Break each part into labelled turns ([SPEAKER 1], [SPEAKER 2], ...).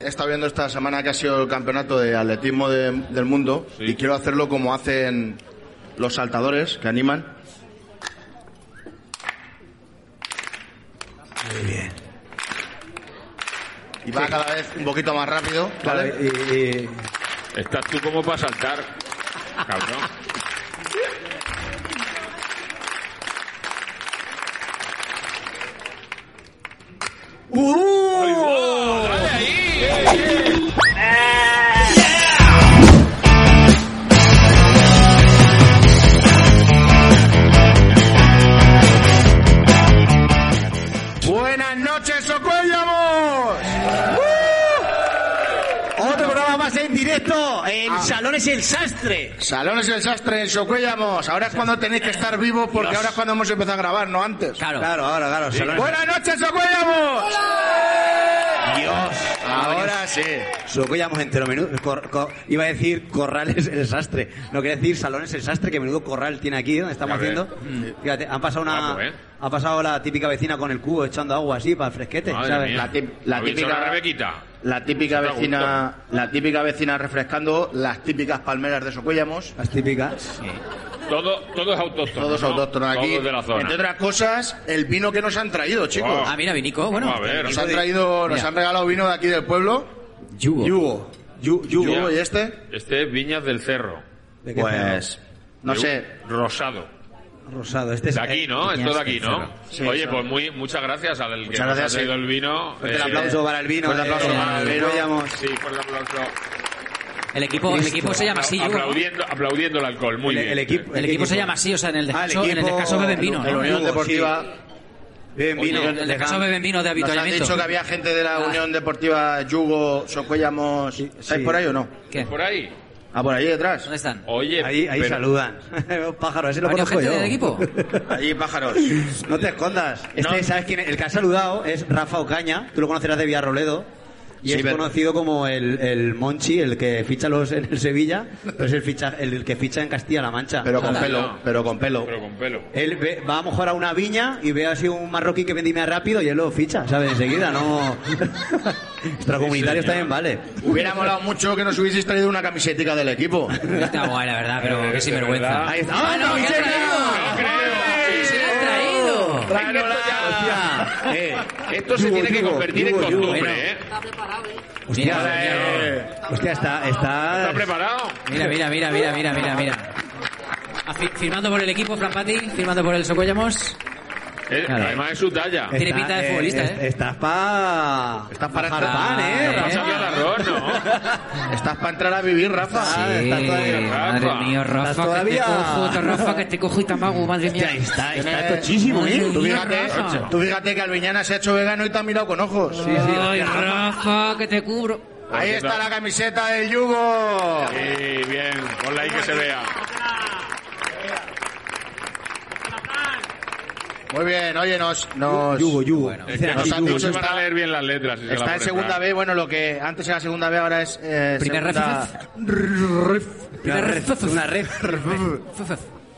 [SPEAKER 1] He estado viendo esta semana que ha sido el campeonato de atletismo de- del mundo
[SPEAKER 2] Sí.
[SPEAKER 1] y quiero hacerlo como hacen los saltadores que animan. Y va cada vez un poquito más rápido,
[SPEAKER 3] Claro,
[SPEAKER 1] ¿vale?
[SPEAKER 3] y- y-
[SPEAKER 2] Estás tú como para saltar, cabrón. ¡Ahí va! ¡Dale ahí!
[SPEAKER 3] Buenas noches, Socuéllamos. Otro programa más en directo en Salones El Sastre.
[SPEAKER 1] Salones del Sastre, en Socuellamos. Ahora es cuando tenéis que estar vivos porque ahora es cuando hemos empezado a grabar, no antes.
[SPEAKER 3] Claro, claro, claro. claro Salones-
[SPEAKER 1] Buenas noches, Socuellamos.
[SPEAKER 3] Dios.
[SPEAKER 1] Ahora sí.
[SPEAKER 3] Socuéllamos entero menudo. cor- cor- iba a decir Corrales El Sastre. No quería decir Salones El Sastre, que menudo corral tiene aquí donde estamos
[SPEAKER 2] Ya ves. Mm.
[SPEAKER 3] haciendo. Fíjate, han pasado una.
[SPEAKER 2] Guapo, ¿eh?
[SPEAKER 3] Ha pasado la típica vecina con el cubo echando agua así para el fresquete,
[SPEAKER 2] Madre
[SPEAKER 3] ¿sabes?
[SPEAKER 2] mía.
[SPEAKER 1] La tip- la
[SPEAKER 2] ¿Habéis visto
[SPEAKER 1] típica-
[SPEAKER 2] la Rebequita?
[SPEAKER 1] La típica
[SPEAKER 2] Eso está a
[SPEAKER 1] vecina, la típica vecina refrescando, las típicas palmeras de Socuellamos,
[SPEAKER 3] Las típicas.
[SPEAKER 2] Todo, todo es autóctono.
[SPEAKER 1] todos
[SPEAKER 2] ¿no?
[SPEAKER 1] autóctonos aquí.
[SPEAKER 2] Todos de la zona.
[SPEAKER 1] Entre otras cosas, el vino que nos han traído, chicos.
[SPEAKER 2] Wow.
[SPEAKER 4] Ah, mira, Vinico, bueno.
[SPEAKER 2] Vamos a ver.
[SPEAKER 1] Nos han traído, nos
[SPEAKER 4] Mira.
[SPEAKER 1] han regalado vino de aquí del pueblo.
[SPEAKER 4] Yugo.
[SPEAKER 1] Yugo. Yu- Yugo,
[SPEAKER 2] Ya.
[SPEAKER 1] ¿y este?
[SPEAKER 2] Este es Viñas del Cerro.
[SPEAKER 3] ¿De qué
[SPEAKER 1] Pues, no
[SPEAKER 2] De-
[SPEAKER 1] sé.
[SPEAKER 2] Rosado.
[SPEAKER 3] Rosado. Este es
[SPEAKER 2] De aquí, ¿no? Es todo de aquí, ¿no?
[SPEAKER 1] Sí,
[SPEAKER 2] Oye,
[SPEAKER 1] eso.
[SPEAKER 2] pues muy, muchas gracias al que
[SPEAKER 1] Muchas
[SPEAKER 2] nos
[SPEAKER 1] gracias,
[SPEAKER 2] ha traído
[SPEAKER 1] sí.
[SPEAKER 2] el vino.
[SPEAKER 3] Fuerte
[SPEAKER 2] Eh,
[SPEAKER 3] el aplauso para el vino. eh,
[SPEAKER 1] fuerte
[SPEAKER 3] de-
[SPEAKER 1] aplauso
[SPEAKER 2] para el
[SPEAKER 3] de
[SPEAKER 1] vino.
[SPEAKER 3] Cuellamos.
[SPEAKER 2] Sí, fuerte aplauso.
[SPEAKER 4] El equipo, el equipo se llama así, Yugo. ¿no?
[SPEAKER 2] aplaudiendo, aplaudiendo el alcohol, muy
[SPEAKER 3] El-
[SPEAKER 2] bien.
[SPEAKER 3] el equipo-
[SPEAKER 4] El equipo se llama así, o sea, en el
[SPEAKER 3] Ah, el
[SPEAKER 4] descanso, en el
[SPEAKER 3] equipo-
[SPEAKER 4] descanso beben vino.
[SPEAKER 1] El
[SPEAKER 4] ¿no?
[SPEAKER 1] Unión
[SPEAKER 3] Yugo,
[SPEAKER 1] Deportiva
[SPEAKER 3] Beben
[SPEAKER 2] Oye,
[SPEAKER 3] vino.
[SPEAKER 4] En el descanso beben vino de
[SPEAKER 1] nos han
[SPEAKER 4] habituallamiento.
[SPEAKER 1] dicho que había gente de la Unión Deportiva Yugo, Socuellamos. ¿Estáis
[SPEAKER 3] sí.
[SPEAKER 1] por ahí o no?
[SPEAKER 4] ¿Qué?
[SPEAKER 2] Por ahí.
[SPEAKER 1] Ah, por ahí detrás.
[SPEAKER 4] ¿Dónde están?
[SPEAKER 2] Oye,
[SPEAKER 3] Ahí, ahí
[SPEAKER 2] pero-
[SPEAKER 3] saludan. Los pájaros, ese lo
[SPEAKER 4] ¿Ha venido
[SPEAKER 3] conozco
[SPEAKER 4] gente
[SPEAKER 3] yo.
[SPEAKER 4] del equipo?
[SPEAKER 1] Allí pájaros.
[SPEAKER 3] No te escondas. Este,
[SPEAKER 2] No.
[SPEAKER 3] ¿sabes quién es? El que ha saludado es Rafa Ocaña. Tú lo conocerás de Villarroledo. Y
[SPEAKER 1] Sí,
[SPEAKER 3] es
[SPEAKER 1] pero-
[SPEAKER 3] conocido como el, el Monchi, el que ficha los en el Sevilla, pero es el, ficha, el que ficha en Castilla-La Mancha.
[SPEAKER 1] Pero con
[SPEAKER 3] Ala.
[SPEAKER 1] pelo, pero con pelo.
[SPEAKER 2] Pero con pelo.
[SPEAKER 3] Él ve- va a lo mejor a una viña y ve así un marroquí que vendimia rápido y él lo ficha, ¿sabes? Enseguida, no. Extracomunitarios
[SPEAKER 2] Sí, señor.
[SPEAKER 3] también vale.
[SPEAKER 1] Hubiera molado mucho que nos hubieseis traído una camisetica del equipo.
[SPEAKER 4] Está guay, la verdad, pero qué sinvergüenza.
[SPEAKER 2] verdad.
[SPEAKER 3] Ahí está.
[SPEAKER 4] ¡Ah,
[SPEAKER 3] ¡Ah, no,
[SPEAKER 4] no! ¡Que ha
[SPEAKER 2] No
[SPEAKER 4] traído!
[SPEAKER 2] creo.
[SPEAKER 4] ¡Se la ha traído!
[SPEAKER 2] Hostia.
[SPEAKER 3] Eh,
[SPEAKER 2] Ah, Esto se
[SPEAKER 3] Yugo,
[SPEAKER 2] tiene que
[SPEAKER 3] Yugo,
[SPEAKER 2] convertir en
[SPEAKER 3] Yugo, Yugo.
[SPEAKER 2] costumbre, ¿eh?
[SPEAKER 3] Hostia,
[SPEAKER 4] Mira,
[SPEAKER 2] Eh,
[SPEAKER 3] hostia, está,
[SPEAKER 2] ¿Está
[SPEAKER 3] está,
[SPEAKER 2] preparado?
[SPEAKER 4] Mira, mira, mira, mira, mira, mira, mira. Ah, fi- Firmando por el equipo, Fran Pati, firmando por el Socollamos.
[SPEAKER 2] Eh,
[SPEAKER 4] Claro.
[SPEAKER 2] Además es su talla.
[SPEAKER 4] Tiene pinta de futbolista, ¿eh?
[SPEAKER 3] Estás pa...
[SPEAKER 1] Estás para
[SPEAKER 3] pa jarpán,
[SPEAKER 4] estar-
[SPEAKER 3] ¿eh?
[SPEAKER 4] Estás
[SPEAKER 2] Pasa
[SPEAKER 3] Rafa?
[SPEAKER 2] bien el arroz, ¿no?
[SPEAKER 1] Estás para entrar a vivir, Rafa.
[SPEAKER 3] Ah,
[SPEAKER 4] Sí,
[SPEAKER 3] estás todavía-
[SPEAKER 4] madre
[SPEAKER 2] Rafa.
[SPEAKER 4] mía, Rafa,
[SPEAKER 3] Estás
[SPEAKER 4] que
[SPEAKER 3] todavía-
[SPEAKER 4] te cojo, te- Rafa, que te cojo y tamago, madre mía.
[SPEAKER 3] Hostia, está, está
[SPEAKER 1] Tienes-
[SPEAKER 3] tochísimo, ¿eh?
[SPEAKER 4] Madre
[SPEAKER 1] Tú
[SPEAKER 4] mía,
[SPEAKER 1] fíjate,
[SPEAKER 4] Rafa.
[SPEAKER 1] tú fíjate que Alviñana se ha hecho vegano y te ha mirado con ojos.
[SPEAKER 4] Ay, Rafa, que te cubro.
[SPEAKER 1] Ahí está la camiseta del Yugo. Eh,
[SPEAKER 2] Sí, bien. Ponla ahí que se vea.
[SPEAKER 1] Muy bien, oye, nos, nos,
[SPEAKER 3] Yugo, yugo.
[SPEAKER 2] Es que
[SPEAKER 3] Dicen
[SPEAKER 1] nos
[SPEAKER 3] aquí
[SPEAKER 1] han
[SPEAKER 3] yugo.
[SPEAKER 2] no
[SPEAKER 1] dicho
[SPEAKER 2] se van
[SPEAKER 1] está-
[SPEAKER 2] a leer bien las letras. si se
[SPEAKER 1] está
[SPEAKER 2] las
[SPEAKER 1] en
[SPEAKER 2] ponen
[SPEAKER 1] segunda
[SPEAKER 2] mal.
[SPEAKER 1] B, bueno, lo que antes era segunda B ahora es eh,
[SPEAKER 4] Primer
[SPEAKER 1] segunda-
[SPEAKER 3] Una red, una red.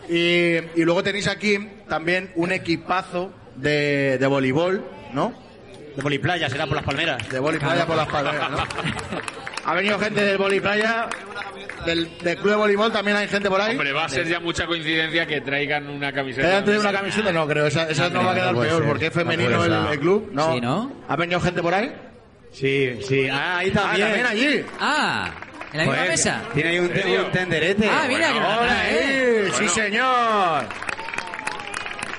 [SPEAKER 1] Y, y luego tenéis aquí también un equipazo de, de voleibol, ¿no?
[SPEAKER 3] De poliplaya, será por las palmeras.
[SPEAKER 1] De voliplaya por las palmeras, ¿no? Ha venido gente del voliplaya, del, del club de voleibol, también hay gente por ahí.
[SPEAKER 2] Hombre, va a ser ya mucha coincidencia que traigan una
[SPEAKER 1] ¿Te
[SPEAKER 2] camiseta.
[SPEAKER 1] han traído eh, una camiseta? No, creo. Esa, esa no va a quedar
[SPEAKER 3] puede
[SPEAKER 1] peor
[SPEAKER 3] ser.
[SPEAKER 1] porque es
[SPEAKER 3] No puede
[SPEAKER 1] femenino el,
[SPEAKER 3] ser.
[SPEAKER 1] el club. No.
[SPEAKER 4] Sí, ¿no?
[SPEAKER 1] ¿Ha venido gente por ahí?
[SPEAKER 3] Sí, sí. Ah, ahí
[SPEAKER 1] Ah,
[SPEAKER 3] también.
[SPEAKER 1] también allí.
[SPEAKER 4] Ah, en la misma
[SPEAKER 3] Joder,
[SPEAKER 4] mesa.
[SPEAKER 3] Tiene ahí un,
[SPEAKER 2] ¿En serio?
[SPEAKER 3] un tenderete.
[SPEAKER 4] Ah, mira, que
[SPEAKER 2] bueno,
[SPEAKER 4] nos la
[SPEAKER 1] ¡Hola,
[SPEAKER 4] trae, ¿eh?
[SPEAKER 1] eh!
[SPEAKER 2] Bueno.
[SPEAKER 1] ¡Sí, señor!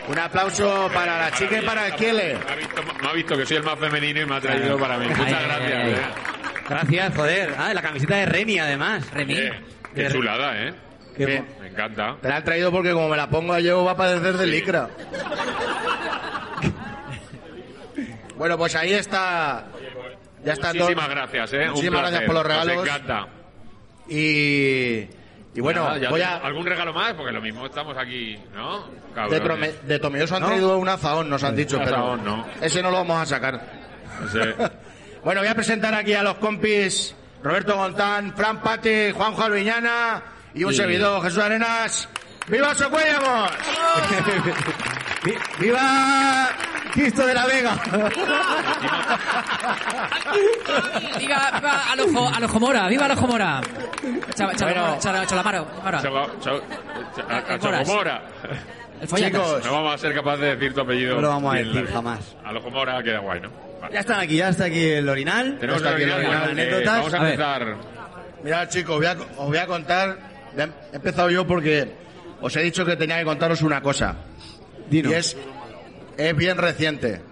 [SPEAKER 1] Un aplauso para la chica y
[SPEAKER 2] Maravilla.
[SPEAKER 1] para el Kiele.
[SPEAKER 2] Me ha, visto, me ha visto que soy el más femenino y me ha traído para mí. Muchas
[SPEAKER 4] Ay, ay,
[SPEAKER 2] gracias.
[SPEAKER 4] ay, ay.
[SPEAKER 2] eh.
[SPEAKER 3] Gracias, joder. Ah, la camiseta de Remy, además.
[SPEAKER 4] Remi.
[SPEAKER 2] Eh, Qué chulada, ¿eh?
[SPEAKER 3] Qué
[SPEAKER 1] Bien.
[SPEAKER 3] gu-
[SPEAKER 2] Me encanta.
[SPEAKER 1] Te la han traído porque como me la pongo yo va a padecer de licra. bueno, pues ahí está. Ya están todos.
[SPEAKER 2] Muchísimas gracias, ¿eh? Un
[SPEAKER 1] Muchísimas gracias
[SPEAKER 2] placer.
[SPEAKER 1] por los regalos.
[SPEAKER 2] Nos encanta.
[SPEAKER 1] Y, y bueno,
[SPEAKER 2] Nada, ya
[SPEAKER 1] voy
[SPEAKER 2] tenemos-
[SPEAKER 1] a...
[SPEAKER 2] ¿Algún regalo más? Porque lo mismo estamos aquí, ¿no?
[SPEAKER 1] De,
[SPEAKER 2] Cabrones.
[SPEAKER 1] Tome- de Tomioso han traído un azaón, nos han dicho,
[SPEAKER 2] Un
[SPEAKER 1] pero
[SPEAKER 2] azaón, no.
[SPEAKER 1] ese no lo vamos a sacar.
[SPEAKER 2] No sé.
[SPEAKER 1] Bueno, voy a presentar aquí a los compis Roberto Gontán, Fran Pati, Juanjo Alviñana y un servidor, Jesús Arenas. ¡Viva Socuellamos! ¡Viva
[SPEAKER 3] Cristo de la Vega.
[SPEAKER 4] Viva, viva Alojo, Alojomora, viva Alojomora. Chava,
[SPEAKER 1] Bueno.
[SPEAKER 4] chala, chala, chalamaro, chalamaro.
[SPEAKER 2] Chava- chava- a- a- a
[SPEAKER 4] Moras.
[SPEAKER 2] Chocomora.
[SPEAKER 4] El follatas.
[SPEAKER 1] Chicos.
[SPEAKER 2] No vamos a ser capaces de decir tu apellido.
[SPEAKER 3] No lo vamos a
[SPEAKER 2] bien
[SPEAKER 3] decir
[SPEAKER 2] largo.
[SPEAKER 3] jamás.
[SPEAKER 2] A lo Comora queda guay, ¿no? Vale.
[SPEAKER 3] Ya está aquí, ya está aquí el orinal.
[SPEAKER 2] Tenemos
[SPEAKER 3] ya está
[SPEAKER 2] que
[SPEAKER 3] aquí el
[SPEAKER 2] terminar,
[SPEAKER 3] orinal de
[SPEAKER 2] eh,
[SPEAKER 3] anécdotas.
[SPEAKER 2] Vamos a
[SPEAKER 3] ver,
[SPEAKER 2] empezar.
[SPEAKER 1] Mirad, chicos, voy a- os voy a contar. ya He empezado yo porque os he dicho que tenía que contaros una cosa.
[SPEAKER 3] dinos.
[SPEAKER 1] Y es, es bien reciente.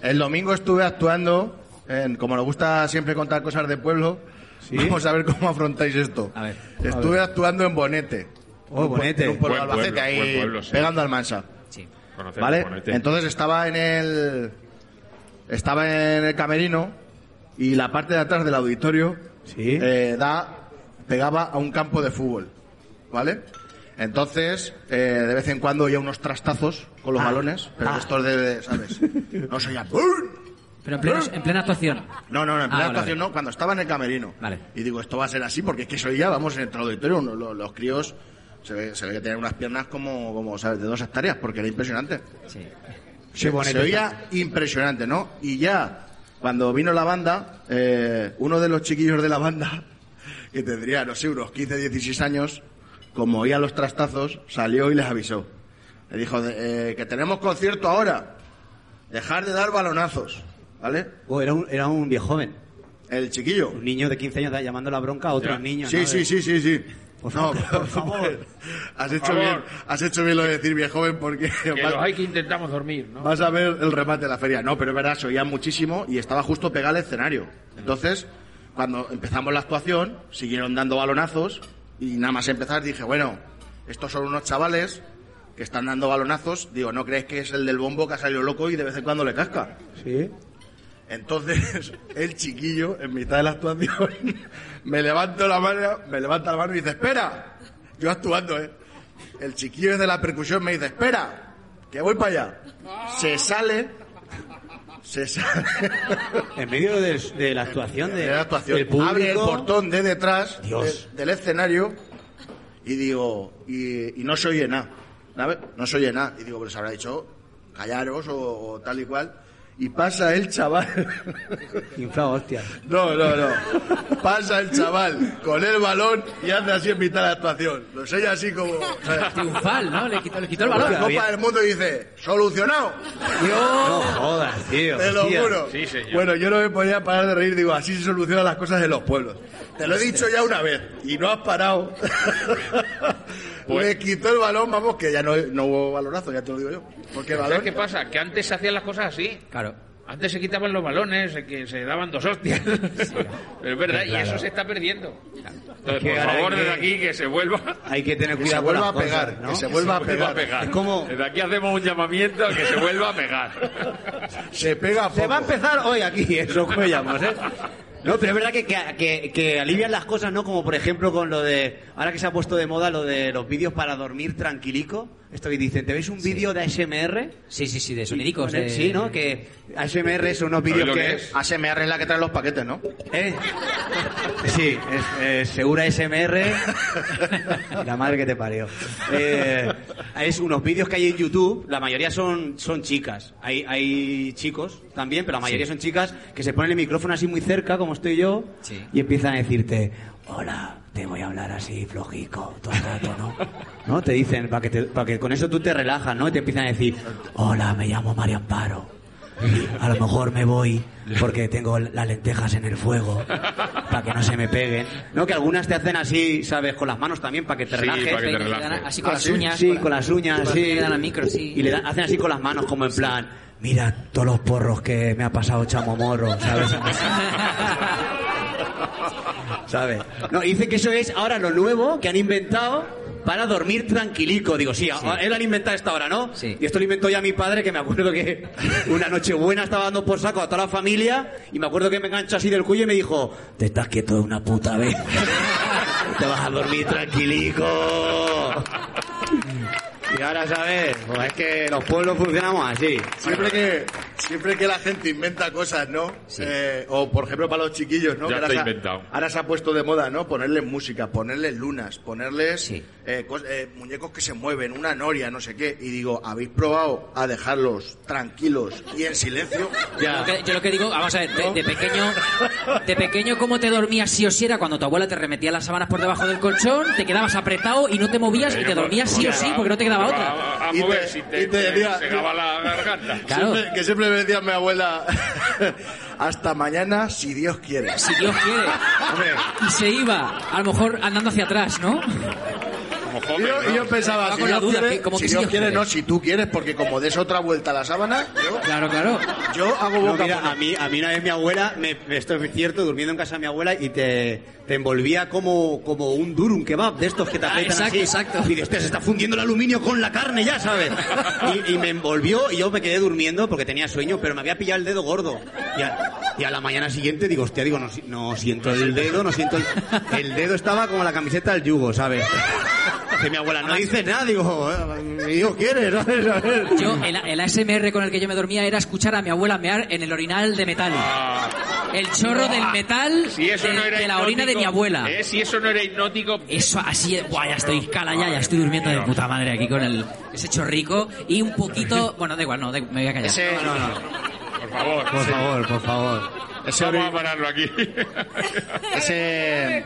[SPEAKER 1] El domingo estuve actuando, en, como nos gusta siempre contar cosas de pueblo,
[SPEAKER 3] Sí.
[SPEAKER 1] vamos a ver cómo afrontáis esto.
[SPEAKER 3] A ver, a
[SPEAKER 1] estuve actuando en Bonete.
[SPEAKER 3] Oh,
[SPEAKER 1] En un pue-
[SPEAKER 3] Bonete.
[SPEAKER 1] en un pueblo de
[SPEAKER 2] Buen
[SPEAKER 1] Albacete,
[SPEAKER 2] pueblo,
[SPEAKER 1] ahí,
[SPEAKER 2] buen pueblo, sí.
[SPEAKER 1] pegando al mansa.
[SPEAKER 4] Sí.
[SPEAKER 2] Conocemos,
[SPEAKER 1] ¿Vale?
[SPEAKER 4] este
[SPEAKER 2] ponete.
[SPEAKER 1] Entonces estaba en el. Estaba en el camerino y la parte de atrás del auditorio
[SPEAKER 3] Sí.
[SPEAKER 1] eh, da, pegaba a un campo de fútbol. ¿Vale? Entonces, eh, de vez en cuando oía unos trastazos con los
[SPEAKER 3] Ah.
[SPEAKER 1] balones, pero
[SPEAKER 3] Ah.
[SPEAKER 1] estos de, ¿sabes? No se oía.
[SPEAKER 4] Pero en plena, en plena actuación.
[SPEAKER 1] No, no, no, en plena
[SPEAKER 4] Ah, vale,
[SPEAKER 1] actuación no, cuando estaba en el camerino.
[SPEAKER 4] Vale.
[SPEAKER 1] Y digo, esto va a ser así, porque es que soy ya, vamos, en el auditorio, uno- lo- los, críos se ve, se ve que tienen unas piernas como, como, ¿sabes? De dos hectáreas, porque era impresionante.
[SPEAKER 4] Sí.
[SPEAKER 1] Se,
[SPEAKER 3] este
[SPEAKER 1] se oía impresionante, ¿no? Y ya, cuando vino la banda, eh, uno de los chiquillos de la banda, que tendría, no sé, unos 15, 16 años, como oía los trastazos, salió y les avisó. Le dijo, de- eh, que tenemos concierto ahora, dejar de dar balonazos, ¿vale?
[SPEAKER 3] Oh, era, un, era un viejo joven.
[SPEAKER 1] El chiquillo.
[SPEAKER 3] Un niño de 15 años llamando la bronca a otros
[SPEAKER 2] Ya.
[SPEAKER 3] niños.
[SPEAKER 1] Sí,
[SPEAKER 3] ¿no?
[SPEAKER 1] sí,
[SPEAKER 3] De-
[SPEAKER 1] sí, sí, sí.
[SPEAKER 3] Por
[SPEAKER 1] No,
[SPEAKER 3] favor, por favor.
[SPEAKER 1] Has hecho
[SPEAKER 2] favor.
[SPEAKER 1] bien, has hecho bien lo de decir bien joven porque
[SPEAKER 2] Que
[SPEAKER 1] vas-
[SPEAKER 2] los hay que intentamos dormir, ¿no?
[SPEAKER 1] Vas a ver el remate de la feria. No, pero es verdad, se oía muchísimo y estaba justo pegado al escenario. Entonces, cuando empezamos la actuación, siguieron dando balonazos y nada más empezar dije, bueno, estos son unos chavales que están dando balonazos. Digo, ¿no crees que es el del bombo que ha salido loco y de vez en cuando le casca?
[SPEAKER 3] Sí.
[SPEAKER 1] Entonces, el chiquillo, en mitad de la actuación, me levanto la mano, me levanta la mano y dice, espera. Yo actuando, ¿eh? El chiquillo es de la percusión, me dice, espera, que voy para allá. Se sale, se sale
[SPEAKER 3] En medio de, de la actuación, de,
[SPEAKER 1] de la actuación,
[SPEAKER 3] del público.
[SPEAKER 1] abre el portón de detrás
[SPEAKER 3] Dios.
[SPEAKER 1] de- del escenario y digo, y, y no se oye nada, ¿sabes? No se oye nada. Y digo, pues habrá dicho, callaros o- o tal y cual. Y pasa el chaval
[SPEAKER 3] Inflado, hostia.
[SPEAKER 1] No, no, no. Pasa el chaval con el balón y hace así en mitad de la actuación. Lo sella así como. ¿sabes?
[SPEAKER 4] Triunfal, ¿no? Le quitó, le quitó el
[SPEAKER 1] Como
[SPEAKER 4] balón.
[SPEAKER 1] la Copa del Mundo y dice: ¡Solucionado!
[SPEAKER 3] No jodas, tío.
[SPEAKER 1] Te lo
[SPEAKER 3] hostia.
[SPEAKER 1] juro.
[SPEAKER 2] Sí, señor.
[SPEAKER 1] Bueno, yo no me podía parar de reír. Digo, así se solucionan las cosas de los pueblos. Te lo he dicho ya una vez y no has parado.
[SPEAKER 2] Pues-
[SPEAKER 1] Le quitó el balón, vamos, que ya no, no hubo balonazo, ya te lo digo yo. Porque el
[SPEAKER 2] ¿Sabes
[SPEAKER 1] balón.
[SPEAKER 2] qué pasa? Que antes se hacían las cosas así.
[SPEAKER 4] Claro.
[SPEAKER 2] Antes se quitaban los balones, se- que se daban dos hostias. Pero es verdad, y eso se está perdiendo. Entonces,
[SPEAKER 3] que
[SPEAKER 2] por
[SPEAKER 3] ahora
[SPEAKER 2] favor,
[SPEAKER 3] hay que-
[SPEAKER 2] desde aquí que se vuelva.
[SPEAKER 3] Hay que tener
[SPEAKER 1] Que se
[SPEAKER 3] cuidado. con
[SPEAKER 1] vuelva a
[SPEAKER 3] las cosas,
[SPEAKER 1] pegar,
[SPEAKER 3] ¿no?
[SPEAKER 1] que se vuelva a
[SPEAKER 2] vuelva a
[SPEAKER 1] pegar.
[SPEAKER 2] pegar.
[SPEAKER 3] Es como-
[SPEAKER 2] Desde aquí hacemos un llamamiento a que se vuelva a pegar.
[SPEAKER 1] Se pega
[SPEAKER 3] Se va a
[SPEAKER 1] poco.
[SPEAKER 3] empezar hoy aquí, eso cuellamos, ¿eh? No, pero es verdad que, que, que- que alivian las cosas, ¿no? Como por ejemplo con lo de. Ahora que se ha puesto de moda lo de los vídeos para dormir tranquilico. Esto que dicen, ¿te veis un vídeo de ASMR?
[SPEAKER 4] Sí, sí, sí, de sonidicos. de-
[SPEAKER 3] Sí, ¿no? Que ASMR son unos vídeos
[SPEAKER 2] lo
[SPEAKER 3] que.
[SPEAKER 2] que es?
[SPEAKER 1] ASMR es la que trae los paquetes, ¿no?
[SPEAKER 3] ¿Eh? Sí, es, eh, segura SMR. La madre que te parió. Eh, es unos vídeos que hay en YouTube, la mayoría son, son chicas. Hay, hay chicos también, pero la mayoría son chicas que se ponen el micrófono así muy cerca, como estoy yo,
[SPEAKER 4] Sí.
[SPEAKER 3] y empiezan a decirte, hola, te voy a hablar así flojico, todo el rato, ¿no? ¿No? Te dicen, para que, te- pa' que con eso tú te relajas, ¿no? Y te empiezan a decir, hola, me llamo María Amparo. Y a lo mejor me voy porque tengo las lentejas en el fuego para que no se me peguen. No, que algunas te hacen así, ¿sabes? Con las manos también para que te
[SPEAKER 2] Sí,
[SPEAKER 3] relajes.
[SPEAKER 2] para que te
[SPEAKER 4] Peine, le dan
[SPEAKER 2] relajes.
[SPEAKER 4] Así con
[SPEAKER 1] Ah,
[SPEAKER 4] las
[SPEAKER 1] sí,
[SPEAKER 4] uñas.
[SPEAKER 3] Sí, con las uñas,
[SPEAKER 4] con
[SPEAKER 3] sí.
[SPEAKER 4] Le dan al micro, sí.
[SPEAKER 3] Y le dan- hacen así con las manos, como en plan, mira todos los porros que me ha pasado Chamo Morro, ¿sabes? ¿Sabes? No, dice que eso es ahora lo nuevo que han inventado para dormir tranquilico. Digo, sí, a- él han inventado esta hora, ¿no?
[SPEAKER 4] Sí.
[SPEAKER 3] Y esto lo inventó ya mi padre, que me acuerdo que una noche buena estaba dando por saco a toda la familia y me acuerdo que me enganchó así del cuello y me dijo, te estás quieto de una puta vez. te vas a dormir tranquilico. Y ahora, ¿sabes? Pues es que los pueblos funcionamos así.
[SPEAKER 1] Siempre que, Siempre que la gente inventa cosas, ¿no? Eh, o por ejemplo para los chiquillos, ¿no? Que
[SPEAKER 2] Ya
[SPEAKER 1] ahora
[SPEAKER 2] está
[SPEAKER 1] se ha-
[SPEAKER 2] inventado.
[SPEAKER 1] Ahora se ha puesto de moda, ¿no? Ponerles música, ponerles lunas, ponerles
[SPEAKER 4] Sí.
[SPEAKER 1] eh, cos- eh, muñecos que se mueven, una noria, no sé qué. Y digo, ¿habéis probado a dejarlos tranquilos y en silencio?
[SPEAKER 4] Yo, lo que, yo lo que digo, vamos a ver, de, de pequeño, de pequeño, ¿cómo te dormías sí o sí? Era cuando tu abuela te remetía las sábanas por debajo del colchón, te quedabas apretado y no te movías y te dormías sí o
[SPEAKER 2] pues
[SPEAKER 4] sí, porque no te quedaba otra.
[SPEAKER 2] A, a
[SPEAKER 1] Y te-
[SPEAKER 2] mover si te,
[SPEAKER 1] y te decía-
[SPEAKER 2] secaba la garganta.
[SPEAKER 4] Claro.
[SPEAKER 1] Siempre- que siempre me decía mi abuela, hasta mañana si Dios quiere.
[SPEAKER 4] Si Dios quiere.
[SPEAKER 1] Hombre.
[SPEAKER 4] Y se iba, a lo mejor andando hacia atrás, ¿no?
[SPEAKER 2] Como
[SPEAKER 1] Y
[SPEAKER 2] joven,
[SPEAKER 1] yo, y
[SPEAKER 2] ¿no?
[SPEAKER 1] yo pensaba,
[SPEAKER 4] Estaba
[SPEAKER 1] si
[SPEAKER 4] con la
[SPEAKER 1] Dios
[SPEAKER 4] duda,
[SPEAKER 1] quiere,
[SPEAKER 4] que- como
[SPEAKER 1] si
[SPEAKER 4] que si
[SPEAKER 1] Dios
[SPEAKER 4] Dios
[SPEAKER 1] quiere,
[SPEAKER 4] quiere.
[SPEAKER 1] no, si tú quieres, porque como des otra vuelta a la sábana, yo,
[SPEAKER 4] Claro, claro.
[SPEAKER 1] yo hago
[SPEAKER 3] No,
[SPEAKER 1] boca
[SPEAKER 3] mira,
[SPEAKER 1] por-
[SPEAKER 3] a mí, a mí una vez mi abuela, me, me- esto es cierto, durmiendo en casa de mi abuela y te, te envolvía como, como un durum kebab de estos que te
[SPEAKER 4] Ah,
[SPEAKER 3] aprietan
[SPEAKER 4] exacto,
[SPEAKER 3] así.
[SPEAKER 4] exacto.
[SPEAKER 3] Y dices, "Hostia, se está fundiendo el aluminio con la carne ya, ¿sabes? Y, y me envolvió y yo me quedé durmiendo porque tenía sueño, pero me había pillado el dedo gordo. Y a, y a la mañana siguiente digo, hostia, digo, no, si- no siento el dedo, no siento el... El dedo estaba como la camiseta del yugo, ¿sabes? Que mi abuela no dice nada, digo, "Eh, digo, ¿quieres? ¿sabes? A ver".
[SPEAKER 4] Yo, el, el ASMR con el que yo me dormía era escuchar a mi abuela mear en el orinal de metal.
[SPEAKER 2] Ah,
[SPEAKER 4] El chorro del metal
[SPEAKER 2] si eso
[SPEAKER 4] de,
[SPEAKER 2] no era
[SPEAKER 4] de la orina de mi
[SPEAKER 2] hipnótico,
[SPEAKER 4] abuela.
[SPEAKER 2] eh, si eso no era hipnótico,
[SPEAKER 4] Eso así, guay, ya estoy cala ya, ya estoy durmiendo de puta madre aquí con el ese chorrico y un poquito, bueno, da igual, no, da- me voy a callar.
[SPEAKER 1] Ese-
[SPEAKER 3] No, no, no.
[SPEAKER 2] por favor,
[SPEAKER 1] Pues,
[SPEAKER 3] Por favor, por favor.
[SPEAKER 2] vamos a pararlo aquí.
[SPEAKER 1] Ese,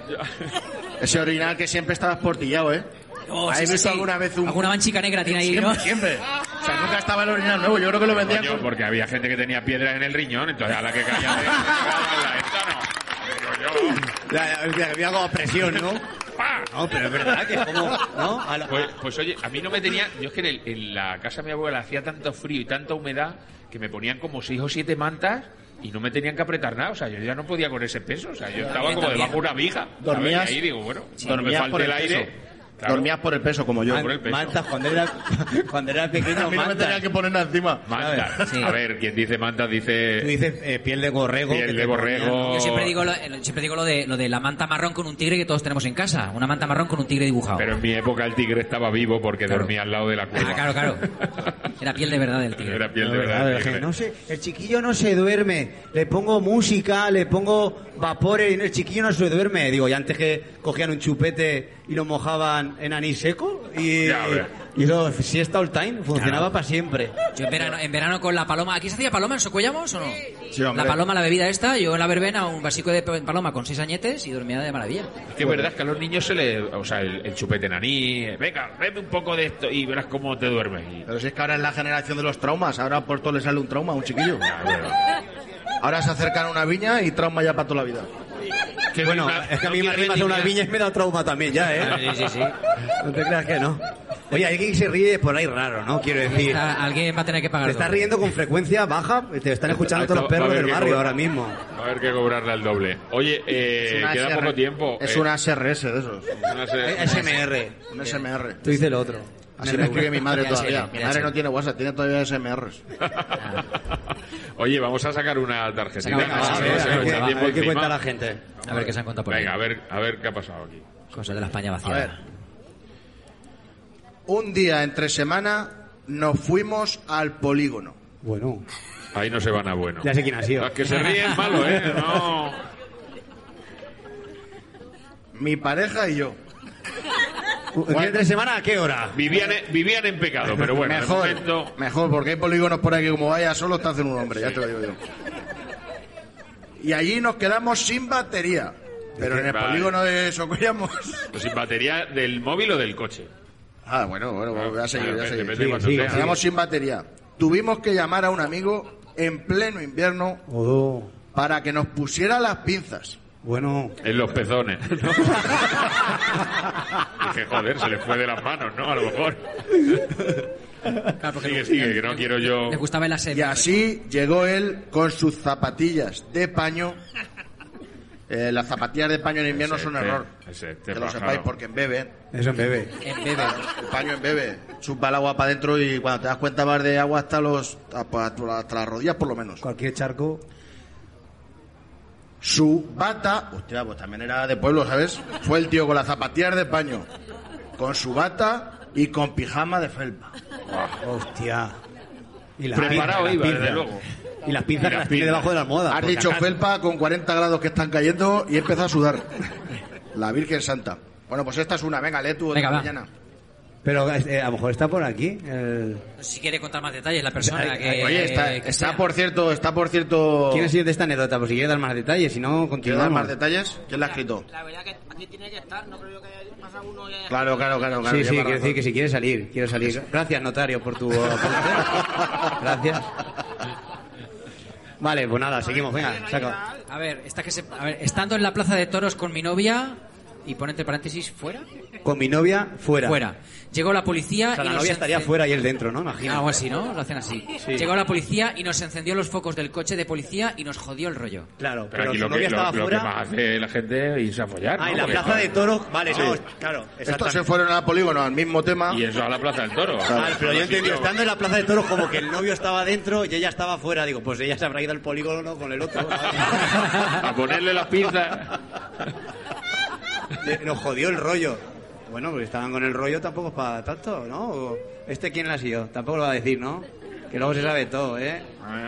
[SPEAKER 1] ese orinal que siempre estabas portillado, ¿eh?
[SPEAKER 4] Oh, sí,
[SPEAKER 1] ¿Habéis
[SPEAKER 4] sí,
[SPEAKER 1] visto
[SPEAKER 4] sí.
[SPEAKER 1] alguna vez un...?
[SPEAKER 4] Alguna manchica negra tiene ahí, ¿no?
[SPEAKER 1] Siempre, siempre. O sea, nunca estaba el orinal nuevo. Yo creo que lo vendían...
[SPEAKER 2] Coño,
[SPEAKER 1] con-
[SPEAKER 2] porque había gente que tenía piedras en el riñón, entonces a la que caía... Esta no. Digo yo,
[SPEAKER 3] La- la- Había algo a presión, ¿no?
[SPEAKER 2] ¡pa!
[SPEAKER 3] No, pero es verdad que es como, ¿no? A la-
[SPEAKER 2] Pues, pues oye, a mí no me tenía. Yo es que en, el- en la casa de mi abuela hacía tanto frío y tanta humedad que me ponían como seis o siete mantas y no me tenían que apretar nada. O sea, yo ya no podía con ese peso. O sea, yo estaba como
[SPEAKER 4] también.
[SPEAKER 2] debajo de una viga.
[SPEAKER 1] Dormías-
[SPEAKER 2] ¿sabes? Y ahí digo, bueno, cuando me
[SPEAKER 1] Dormías
[SPEAKER 2] falte
[SPEAKER 1] por
[SPEAKER 2] el
[SPEAKER 1] el peso.
[SPEAKER 2] aire. claro,
[SPEAKER 1] Dormías por el peso, como yo.
[SPEAKER 4] Ah,
[SPEAKER 2] por el peso.
[SPEAKER 3] Mantas, cuando era, cuando era pequeño,
[SPEAKER 1] A mí no me
[SPEAKER 3] mantas.
[SPEAKER 1] tenía que poner nada encima.
[SPEAKER 2] Mantas.
[SPEAKER 4] Sí.
[SPEAKER 2] A ver, quien dice mantas
[SPEAKER 3] Tú
[SPEAKER 2] dice.
[SPEAKER 3] dices eh, piel de borrego.
[SPEAKER 2] Piel
[SPEAKER 3] que
[SPEAKER 2] de
[SPEAKER 3] te
[SPEAKER 2] borrego.
[SPEAKER 3] ponían, ¿no?
[SPEAKER 4] Yo siempre digo, lo, eh, siempre digo lo, de, lo de la manta marrón con un tigre que todos tenemos en casa. Una manta marrón con un tigre dibujado.
[SPEAKER 2] Pero en mi época el tigre estaba vivo porque
[SPEAKER 4] Claro.
[SPEAKER 2] dormía al lado de la cueva.
[SPEAKER 4] Ah, claro, claro. Era piel de verdad del tigre.
[SPEAKER 2] Era piel
[SPEAKER 3] No,
[SPEAKER 2] de
[SPEAKER 3] verdad,
[SPEAKER 2] verdad.
[SPEAKER 3] verdad,
[SPEAKER 2] tigre.
[SPEAKER 3] no sé, el chiquillo no se duerme. Le pongo música, le pongo vapores. y El chiquillo no se duerme. Digo, y antes que cogían un chupete y lo mojaban en anís seco. Y,
[SPEAKER 2] Ya ves.
[SPEAKER 3] y luego, siesta all time, funcionaba para siempre.
[SPEAKER 4] Yo en verano, en verano con la paloma. ¿Aquí se hacía paloma en Socollamos o no?
[SPEAKER 1] Sí, hombre.
[SPEAKER 4] la paloma, la bebida esta. Yo en la verbena un vasico de paloma con seis añetes y dormía de maravilla.
[SPEAKER 2] Es que es verdad que a los niños se le. O sea, el, el chupete naní. eh, Venga, bebe un poco de esto y verás cómo te duermes. Y-
[SPEAKER 1] Pero si es que ahora es la generación de los traumas. Ahora por todo le sale un trauma a un chiquillo.
[SPEAKER 2] Ya, bueno.
[SPEAKER 1] Ahora se acercan a una viña y trauma ya para toda la vida.
[SPEAKER 2] Pues Que
[SPEAKER 3] bueno,
[SPEAKER 2] una-
[SPEAKER 3] es que a
[SPEAKER 2] no
[SPEAKER 3] mí me
[SPEAKER 2] quiere
[SPEAKER 3] arrimas a una
[SPEAKER 2] niñas.
[SPEAKER 3] viña y me da trauma también ya, ¿eh?
[SPEAKER 4] Sí, sí, sí.
[SPEAKER 3] No te creas que no. Oye, alguien se ríe por ahí raro, ¿no? Quiero decir,
[SPEAKER 4] Está- alguien va a tener que pagar.
[SPEAKER 3] te estás
[SPEAKER 4] algo.
[SPEAKER 3] riendo con frecuencia baja, te están escuchando todos los
[SPEAKER 2] Va a
[SPEAKER 3] perros
[SPEAKER 2] haber
[SPEAKER 3] del
[SPEAKER 2] que
[SPEAKER 3] barrio
[SPEAKER 2] cobrar-
[SPEAKER 3] ahora mismo.
[SPEAKER 2] Va a haber que cobrarle al doble. Oye, eh,
[SPEAKER 1] Es una
[SPEAKER 2] queda
[SPEAKER 1] SR
[SPEAKER 2] poco tiempo.
[SPEAKER 1] Es
[SPEAKER 2] Eh,
[SPEAKER 1] una SRS de esos.
[SPEAKER 2] no sé.
[SPEAKER 3] Eh, SMR.
[SPEAKER 1] Un SMR.
[SPEAKER 3] Tú dices lo otro.
[SPEAKER 1] Así me escribe mi madre
[SPEAKER 4] Mira,
[SPEAKER 1] todavía.
[SPEAKER 4] sí,
[SPEAKER 1] Mi
[SPEAKER 4] mira,
[SPEAKER 1] madre
[SPEAKER 4] sí.
[SPEAKER 1] no tiene WhatsApp, tiene todavía SMRs.
[SPEAKER 2] Oye, vamos a sacar una tarjetita.
[SPEAKER 4] Venga,
[SPEAKER 2] ¿no?
[SPEAKER 4] va,
[SPEAKER 2] Sí,
[SPEAKER 4] venga,
[SPEAKER 2] se
[SPEAKER 4] venga,
[SPEAKER 2] nos echa
[SPEAKER 4] venga,
[SPEAKER 3] a
[SPEAKER 2] tiempo
[SPEAKER 3] ver qué
[SPEAKER 2] encima.
[SPEAKER 3] cuenta la gente.
[SPEAKER 4] A ver qué se han contado por
[SPEAKER 2] Venga, a
[SPEAKER 4] ahí.
[SPEAKER 2] ver, a ver qué ha pasado aquí.
[SPEAKER 4] Cosas de la
[SPEAKER 1] A
[SPEAKER 4] España vaciada.
[SPEAKER 1] ver. Un día entre semana nos fuimos al polígono.
[SPEAKER 3] Bueno,
[SPEAKER 2] Ahí no se van a bueno.
[SPEAKER 3] ya sé quién ha sido.
[SPEAKER 2] Las que se ríen malo, ¿eh? No.
[SPEAKER 1] Mi pareja y yo.
[SPEAKER 3] ¿Un día entre semana a qué hora?
[SPEAKER 2] Vivían, en- vivían en pecado, pero bueno, de
[SPEAKER 1] mejor,
[SPEAKER 2] momento-
[SPEAKER 1] mejor, porque hay polígonos por aquí como vaya solo te hacen un hombre, ya te lo digo yo. Y allí nos quedamos sin batería. Pero en el
[SPEAKER 2] Vale.
[SPEAKER 1] polígono de Socollamos.
[SPEAKER 2] pues sin batería del móvil o del coche.
[SPEAKER 1] Ah, bueno, bueno, voy a seguir, voy a
[SPEAKER 2] Depende-
[SPEAKER 1] seguir.
[SPEAKER 2] depende
[SPEAKER 3] Sí,
[SPEAKER 2] cuando
[SPEAKER 3] sí,
[SPEAKER 2] sea.
[SPEAKER 1] Nos quedamos sin batería. Tuvimos que llamar a un amigo en pleno invierno
[SPEAKER 3] Odo.
[SPEAKER 1] para que nos pusiera las pinzas.
[SPEAKER 3] Bueno.
[SPEAKER 2] En los pezones. ¿no? Dije, joder, se les fue de las manos, ¿no? A lo mejor.
[SPEAKER 4] Claro, porque
[SPEAKER 2] Sigue,
[SPEAKER 4] le-
[SPEAKER 2] sigue, que no quiero yo.
[SPEAKER 4] Le gustaba el ASMR.
[SPEAKER 1] Y así llegó él con sus zapatillas de paño. Eh, las zapatillas de paño en invierno
[SPEAKER 2] Ese
[SPEAKER 1] son un
[SPEAKER 2] este,
[SPEAKER 1] error.
[SPEAKER 2] ese este
[SPEAKER 1] que lo
[SPEAKER 2] pájaro.
[SPEAKER 1] sepáis porque embeben.
[SPEAKER 3] Eso en bebé.
[SPEAKER 4] En bebé.
[SPEAKER 1] El paño embebe. Chupa el agua para adentro y cuando te das cuenta vas de agua hasta los hasta hasta las rodillas por lo menos.
[SPEAKER 3] Cualquier charco.
[SPEAKER 1] Su bata, hostia, pues también era de pueblo, ¿sabes? Fue el tío con las zapatillas de paño, con su bata y con pijama de felpa.
[SPEAKER 4] Ah,
[SPEAKER 3] Hostia. Y la
[SPEAKER 2] Preparado
[SPEAKER 3] pinza, la
[SPEAKER 2] iba,
[SPEAKER 3] pinza.
[SPEAKER 2] desde luego.
[SPEAKER 3] Y las pinzas
[SPEAKER 2] Y las
[SPEAKER 3] las tiene
[SPEAKER 2] pinzas.
[SPEAKER 3] debajo de la almohada.
[SPEAKER 1] Has
[SPEAKER 4] pues
[SPEAKER 3] por
[SPEAKER 1] dicho
[SPEAKER 3] si acaso.
[SPEAKER 1] felpa con 40 grados que están cayendo y empieza a sudar. La Virgen Santa. Bueno, pues esta es una. Venga, lee tú otra
[SPEAKER 4] Venga, va.
[SPEAKER 1] mañana.
[SPEAKER 3] Pero eh, a lo mejor está por aquí. el-
[SPEAKER 4] Si quiere contar más detalles, la persona que.
[SPEAKER 1] eh,
[SPEAKER 4] eh,
[SPEAKER 1] Oye, está,
[SPEAKER 4] que
[SPEAKER 1] está
[SPEAKER 4] sea.
[SPEAKER 1] por cierto, está por cierto.
[SPEAKER 3] ¿Quién ha sido de esta anécdota? Pues si quieres dar más detalles, si no,
[SPEAKER 1] ¿Quieres dar
[SPEAKER 3] continuamos.
[SPEAKER 1] más detalles? ¿Quién la ha escrito?
[SPEAKER 5] La verdad que aquí tiene que estar, no creo que haya pasado uno y haya-
[SPEAKER 1] Claro, claro, claro. claro
[SPEAKER 3] sí,
[SPEAKER 1] lleva
[SPEAKER 3] sí, quiero
[SPEAKER 1] razón.
[SPEAKER 3] decir que si quieres salir, quiero salir. Gracias, notario, por tu apunte. Gracias. Vale, pues nada, seguimos, venga, saca.
[SPEAKER 4] A ver, esta que se- a ver, estando en la plaza de toros con mi novia. Y pon entre paréntesis, fuera.
[SPEAKER 3] Con mi novia, fuera.
[SPEAKER 4] Fuera. Llegó la policía.
[SPEAKER 3] O sea,
[SPEAKER 4] y
[SPEAKER 3] la
[SPEAKER 4] nos
[SPEAKER 3] novia estaría
[SPEAKER 4] encen- Ah,
[SPEAKER 3] fuera y él dentro, ¿no?
[SPEAKER 2] Ah,
[SPEAKER 3] Imagino.
[SPEAKER 4] Algo así, ¿no? Lo hacen así.
[SPEAKER 3] Sí.
[SPEAKER 4] Llegó la policía y nos encendió los focos del coche de policía y nos jodió el rollo.
[SPEAKER 3] Claro,
[SPEAKER 2] Pero,
[SPEAKER 3] pero,
[SPEAKER 2] aquí
[SPEAKER 3] su
[SPEAKER 2] lo que,
[SPEAKER 3] novia
[SPEAKER 2] lo-
[SPEAKER 3] estaba
[SPEAKER 2] lo que
[SPEAKER 3] fuera.
[SPEAKER 2] más hace la gente es irse a follar.
[SPEAKER 3] Ah,
[SPEAKER 2] ¿no?
[SPEAKER 3] en la
[SPEAKER 2] Porque
[SPEAKER 3] plaza de
[SPEAKER 2] está-
[SPEAKER 3] toros, vale,
[SPEAKER 1] Sí.
[SPEAKER 3] no, claro.
[SPEAKER 1] Estos
[SPEAKER 3] exactamente.
[SPEAKER 1] se fueron al polígono al mismo tema.
[SPEAKER 2] Y eso a la plaza del toro.
[SPEAKER 3] Ah, pero yo
[SPEAKER 2] Sí,
[SPEAKER 3] entendí,
[SPEAKER 2] tío.
[SPEAKER 3] estando en la plaza de toros, como que el novio estaba dentro y ella estaba fuera. Digo, pues ella se habrá ido al polígono con el otro.
[SPEAKER 2] A ponerle las pinzas.
[SPEAKER 3] Le- Nos jodió el rollo. Bueno, pues estaban con el rollo, tampoco es para tanto, ¿no? O- ¿Este quién la ha sido? Tampoco lo va a decir, ¿no? Que luego se sabe todo, ¿eh?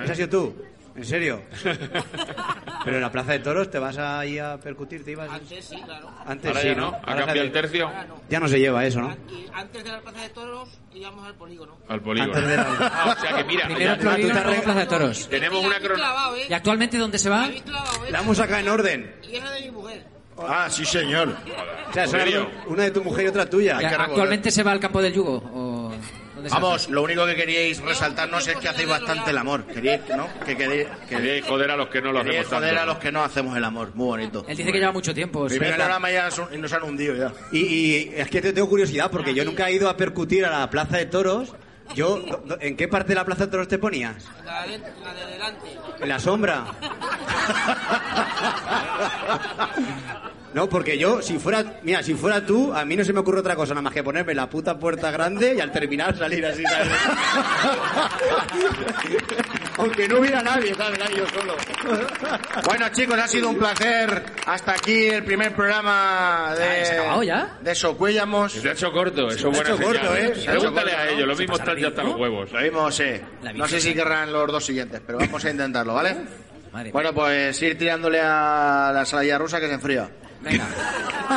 [SPEAKER 3] ¿Ese ha sido tú? ¿En serio? Pero en la plaza de toros te vas ahí a percutir, te ibas.
[SPEAKER 5] Antes sí, claro.
[SPEAKER 3] Antes
[SPEAKER 2] Ahora
[SPEAKER 3] sí,
[SPEAKER 2] ya
[SPEAKER 3] ¿no?
[SPEAKER 2] no. Ha
[SPEAKER 3] Ahora
[SPEAKER 2] cambiado el
[SPEAKER 3] se-
[SPEAKER 2] tercio
[SPEAKER 5] Ahora no.
[SPEAKER 3] Ya no se lleva eso, ¿no?
[SPEAKER 5] Y antes de la plaza de toros íbamos al polígono.
[SPEAKER 2] al polígono.
[SPEAKER 3] Antes de la-
[SPEAKER 2] Ah, o sea que mira,
[SPEAKER 4] Primero
[SPEAKER 2] ya-
[SPEAKER 4] el polígono,
[SPEAKER 3] tú te
[SPEAKER 4] luego
[SPEAKER 3] arreglas-
[SPEAKER 4] plaza de toros.
[SPEAKER 2] Tenemos
[SPEAKER 5] Y la
[SPEAKER 2] una
[SPEAKER 5] habéis
[SPEAKER 2] crono-
[SPEAKER 5] clavado, ¿eh?
[SPEAKER 4] ¿Y actualmente dónde se va?
[SPEAKER 5] La habéis clavado, ¿eh?
[SPEAKER 3] La hemos sacado en orden.
[SPEAKER 5] Y es la de mi mujer.
[SPEAKER 1] Ah, sí, señor.
[SPEAKER 3] O sea,
[SPEAKER 2] ¿En
[SPEAKER 3] son
[SPEAKER 2] serio?
[SPEAKER 3] una de tu mujer y otra tuya.
[SPEAKER 4] ¿Y
[SPEAKER 1] que revolver.
[SPEAKER 4] ¿Actualmente se va al campo del yugo? ¿O dónde se
[SPEAKER 1] Vamos, lo único que queríais resaltarnos es que hacéis bastante el amor. Queríais, ¿no? Que queréis, que
[SPEAKER 2] Queréis joder a los que no lo
[SPEAKER 1] queríais
[SPEAKER 2] hacemos tanto.
[SPEAKER 1] joder a los que no hacemos el amor. Muy bonito.
[SPEAKER 4] va? Él dice que lleva mucho tiempo. se
[SPEAKER 1] Primer
[SPEAKER 4] va-
[SPEAKER 1] programa ya son- y nos han hundido ya.
[SPEAKER 3] Y, y es que te tengo curiosidad porque yo nunca he ido a percutir a la plaza de toros. Yo, do- do- ¿En qué parte de la plaza de toros te ponías?
[SPEAKER 5] La de, la de delante.
[SPEAKER 3] En la sombra. No, porque yo, si fuera, mira, si fuera tú, a mí no se me ocurre otra cosa nada más que ponerme la puta puerta grande y al terminar salir así, ¿sabes? Aunque no hubiera nadie, ¿sabes? Era yo solo.
[SPEAKER 1] Bueno, chicos, ha sido un placer. Hasta aquí el primer programa de.
[SPEAKER 4] Ah, ¿se ha acabado ya?
[SPEAKER 1] De Socuellamos.
[SPEAKER 2] Se ha hecho corto, eso es
[SPEAKER 3] Se ha
[SPEAKER 2] buena
[SPEAKER 3] hecho
[SPEAKER 2] señal,
[SPEAKER 3] corto, ¿eh?
[SPEAKER 2] ¿eh?
[SPEAKER 3] Se
[SPEAKER 1] ha hecho
[SPEAKER 2] Pregúntale
[SPEAKER 1] corto,
[SPEAKER 2] a
[SPEAKER 1] ¿no?
[SPEAKER 2] ellos, lo
[SPEAKER 4] Se
[SPEAKER 2] mismo
[SPEAKER 4] pasa
[SPEAKER 2] están ya hasta los
[SPEAKER 4] ritmo.
[SPEAKER 2] huevos.
[SPEAKER 1] Pues
[SPEAKER 2] ¿eh?
[SPEAKER 1] Lo vimos, sí.
[SPEAKER 4] La
[SPEAKER 1] No sé si querrán los dos siguientes, pero vamos a intentarlo, ¿vale?
[SPEAKER 4] madre mía.
[SPEAKER 1] Bueno, pues ir tirándole a la salida rusa que se enfría.
[SPEAKER 4] Venga.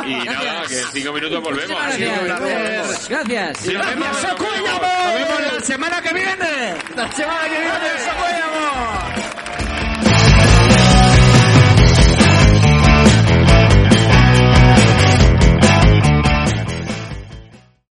[SPEAKER 2] Y nada, que en cinco minutos volvemos.
[SPEAKER 4] Muchísimas
[SPEAKER 1] gracias.
[SPEAKER 4] gracias. Gracias.
[SPEAKER 2] Sí, nos vemos.
[SPEAKER 1] ¡Socuellamos! Nos vemos la semana que viene. La semana que viene, Socuellamos.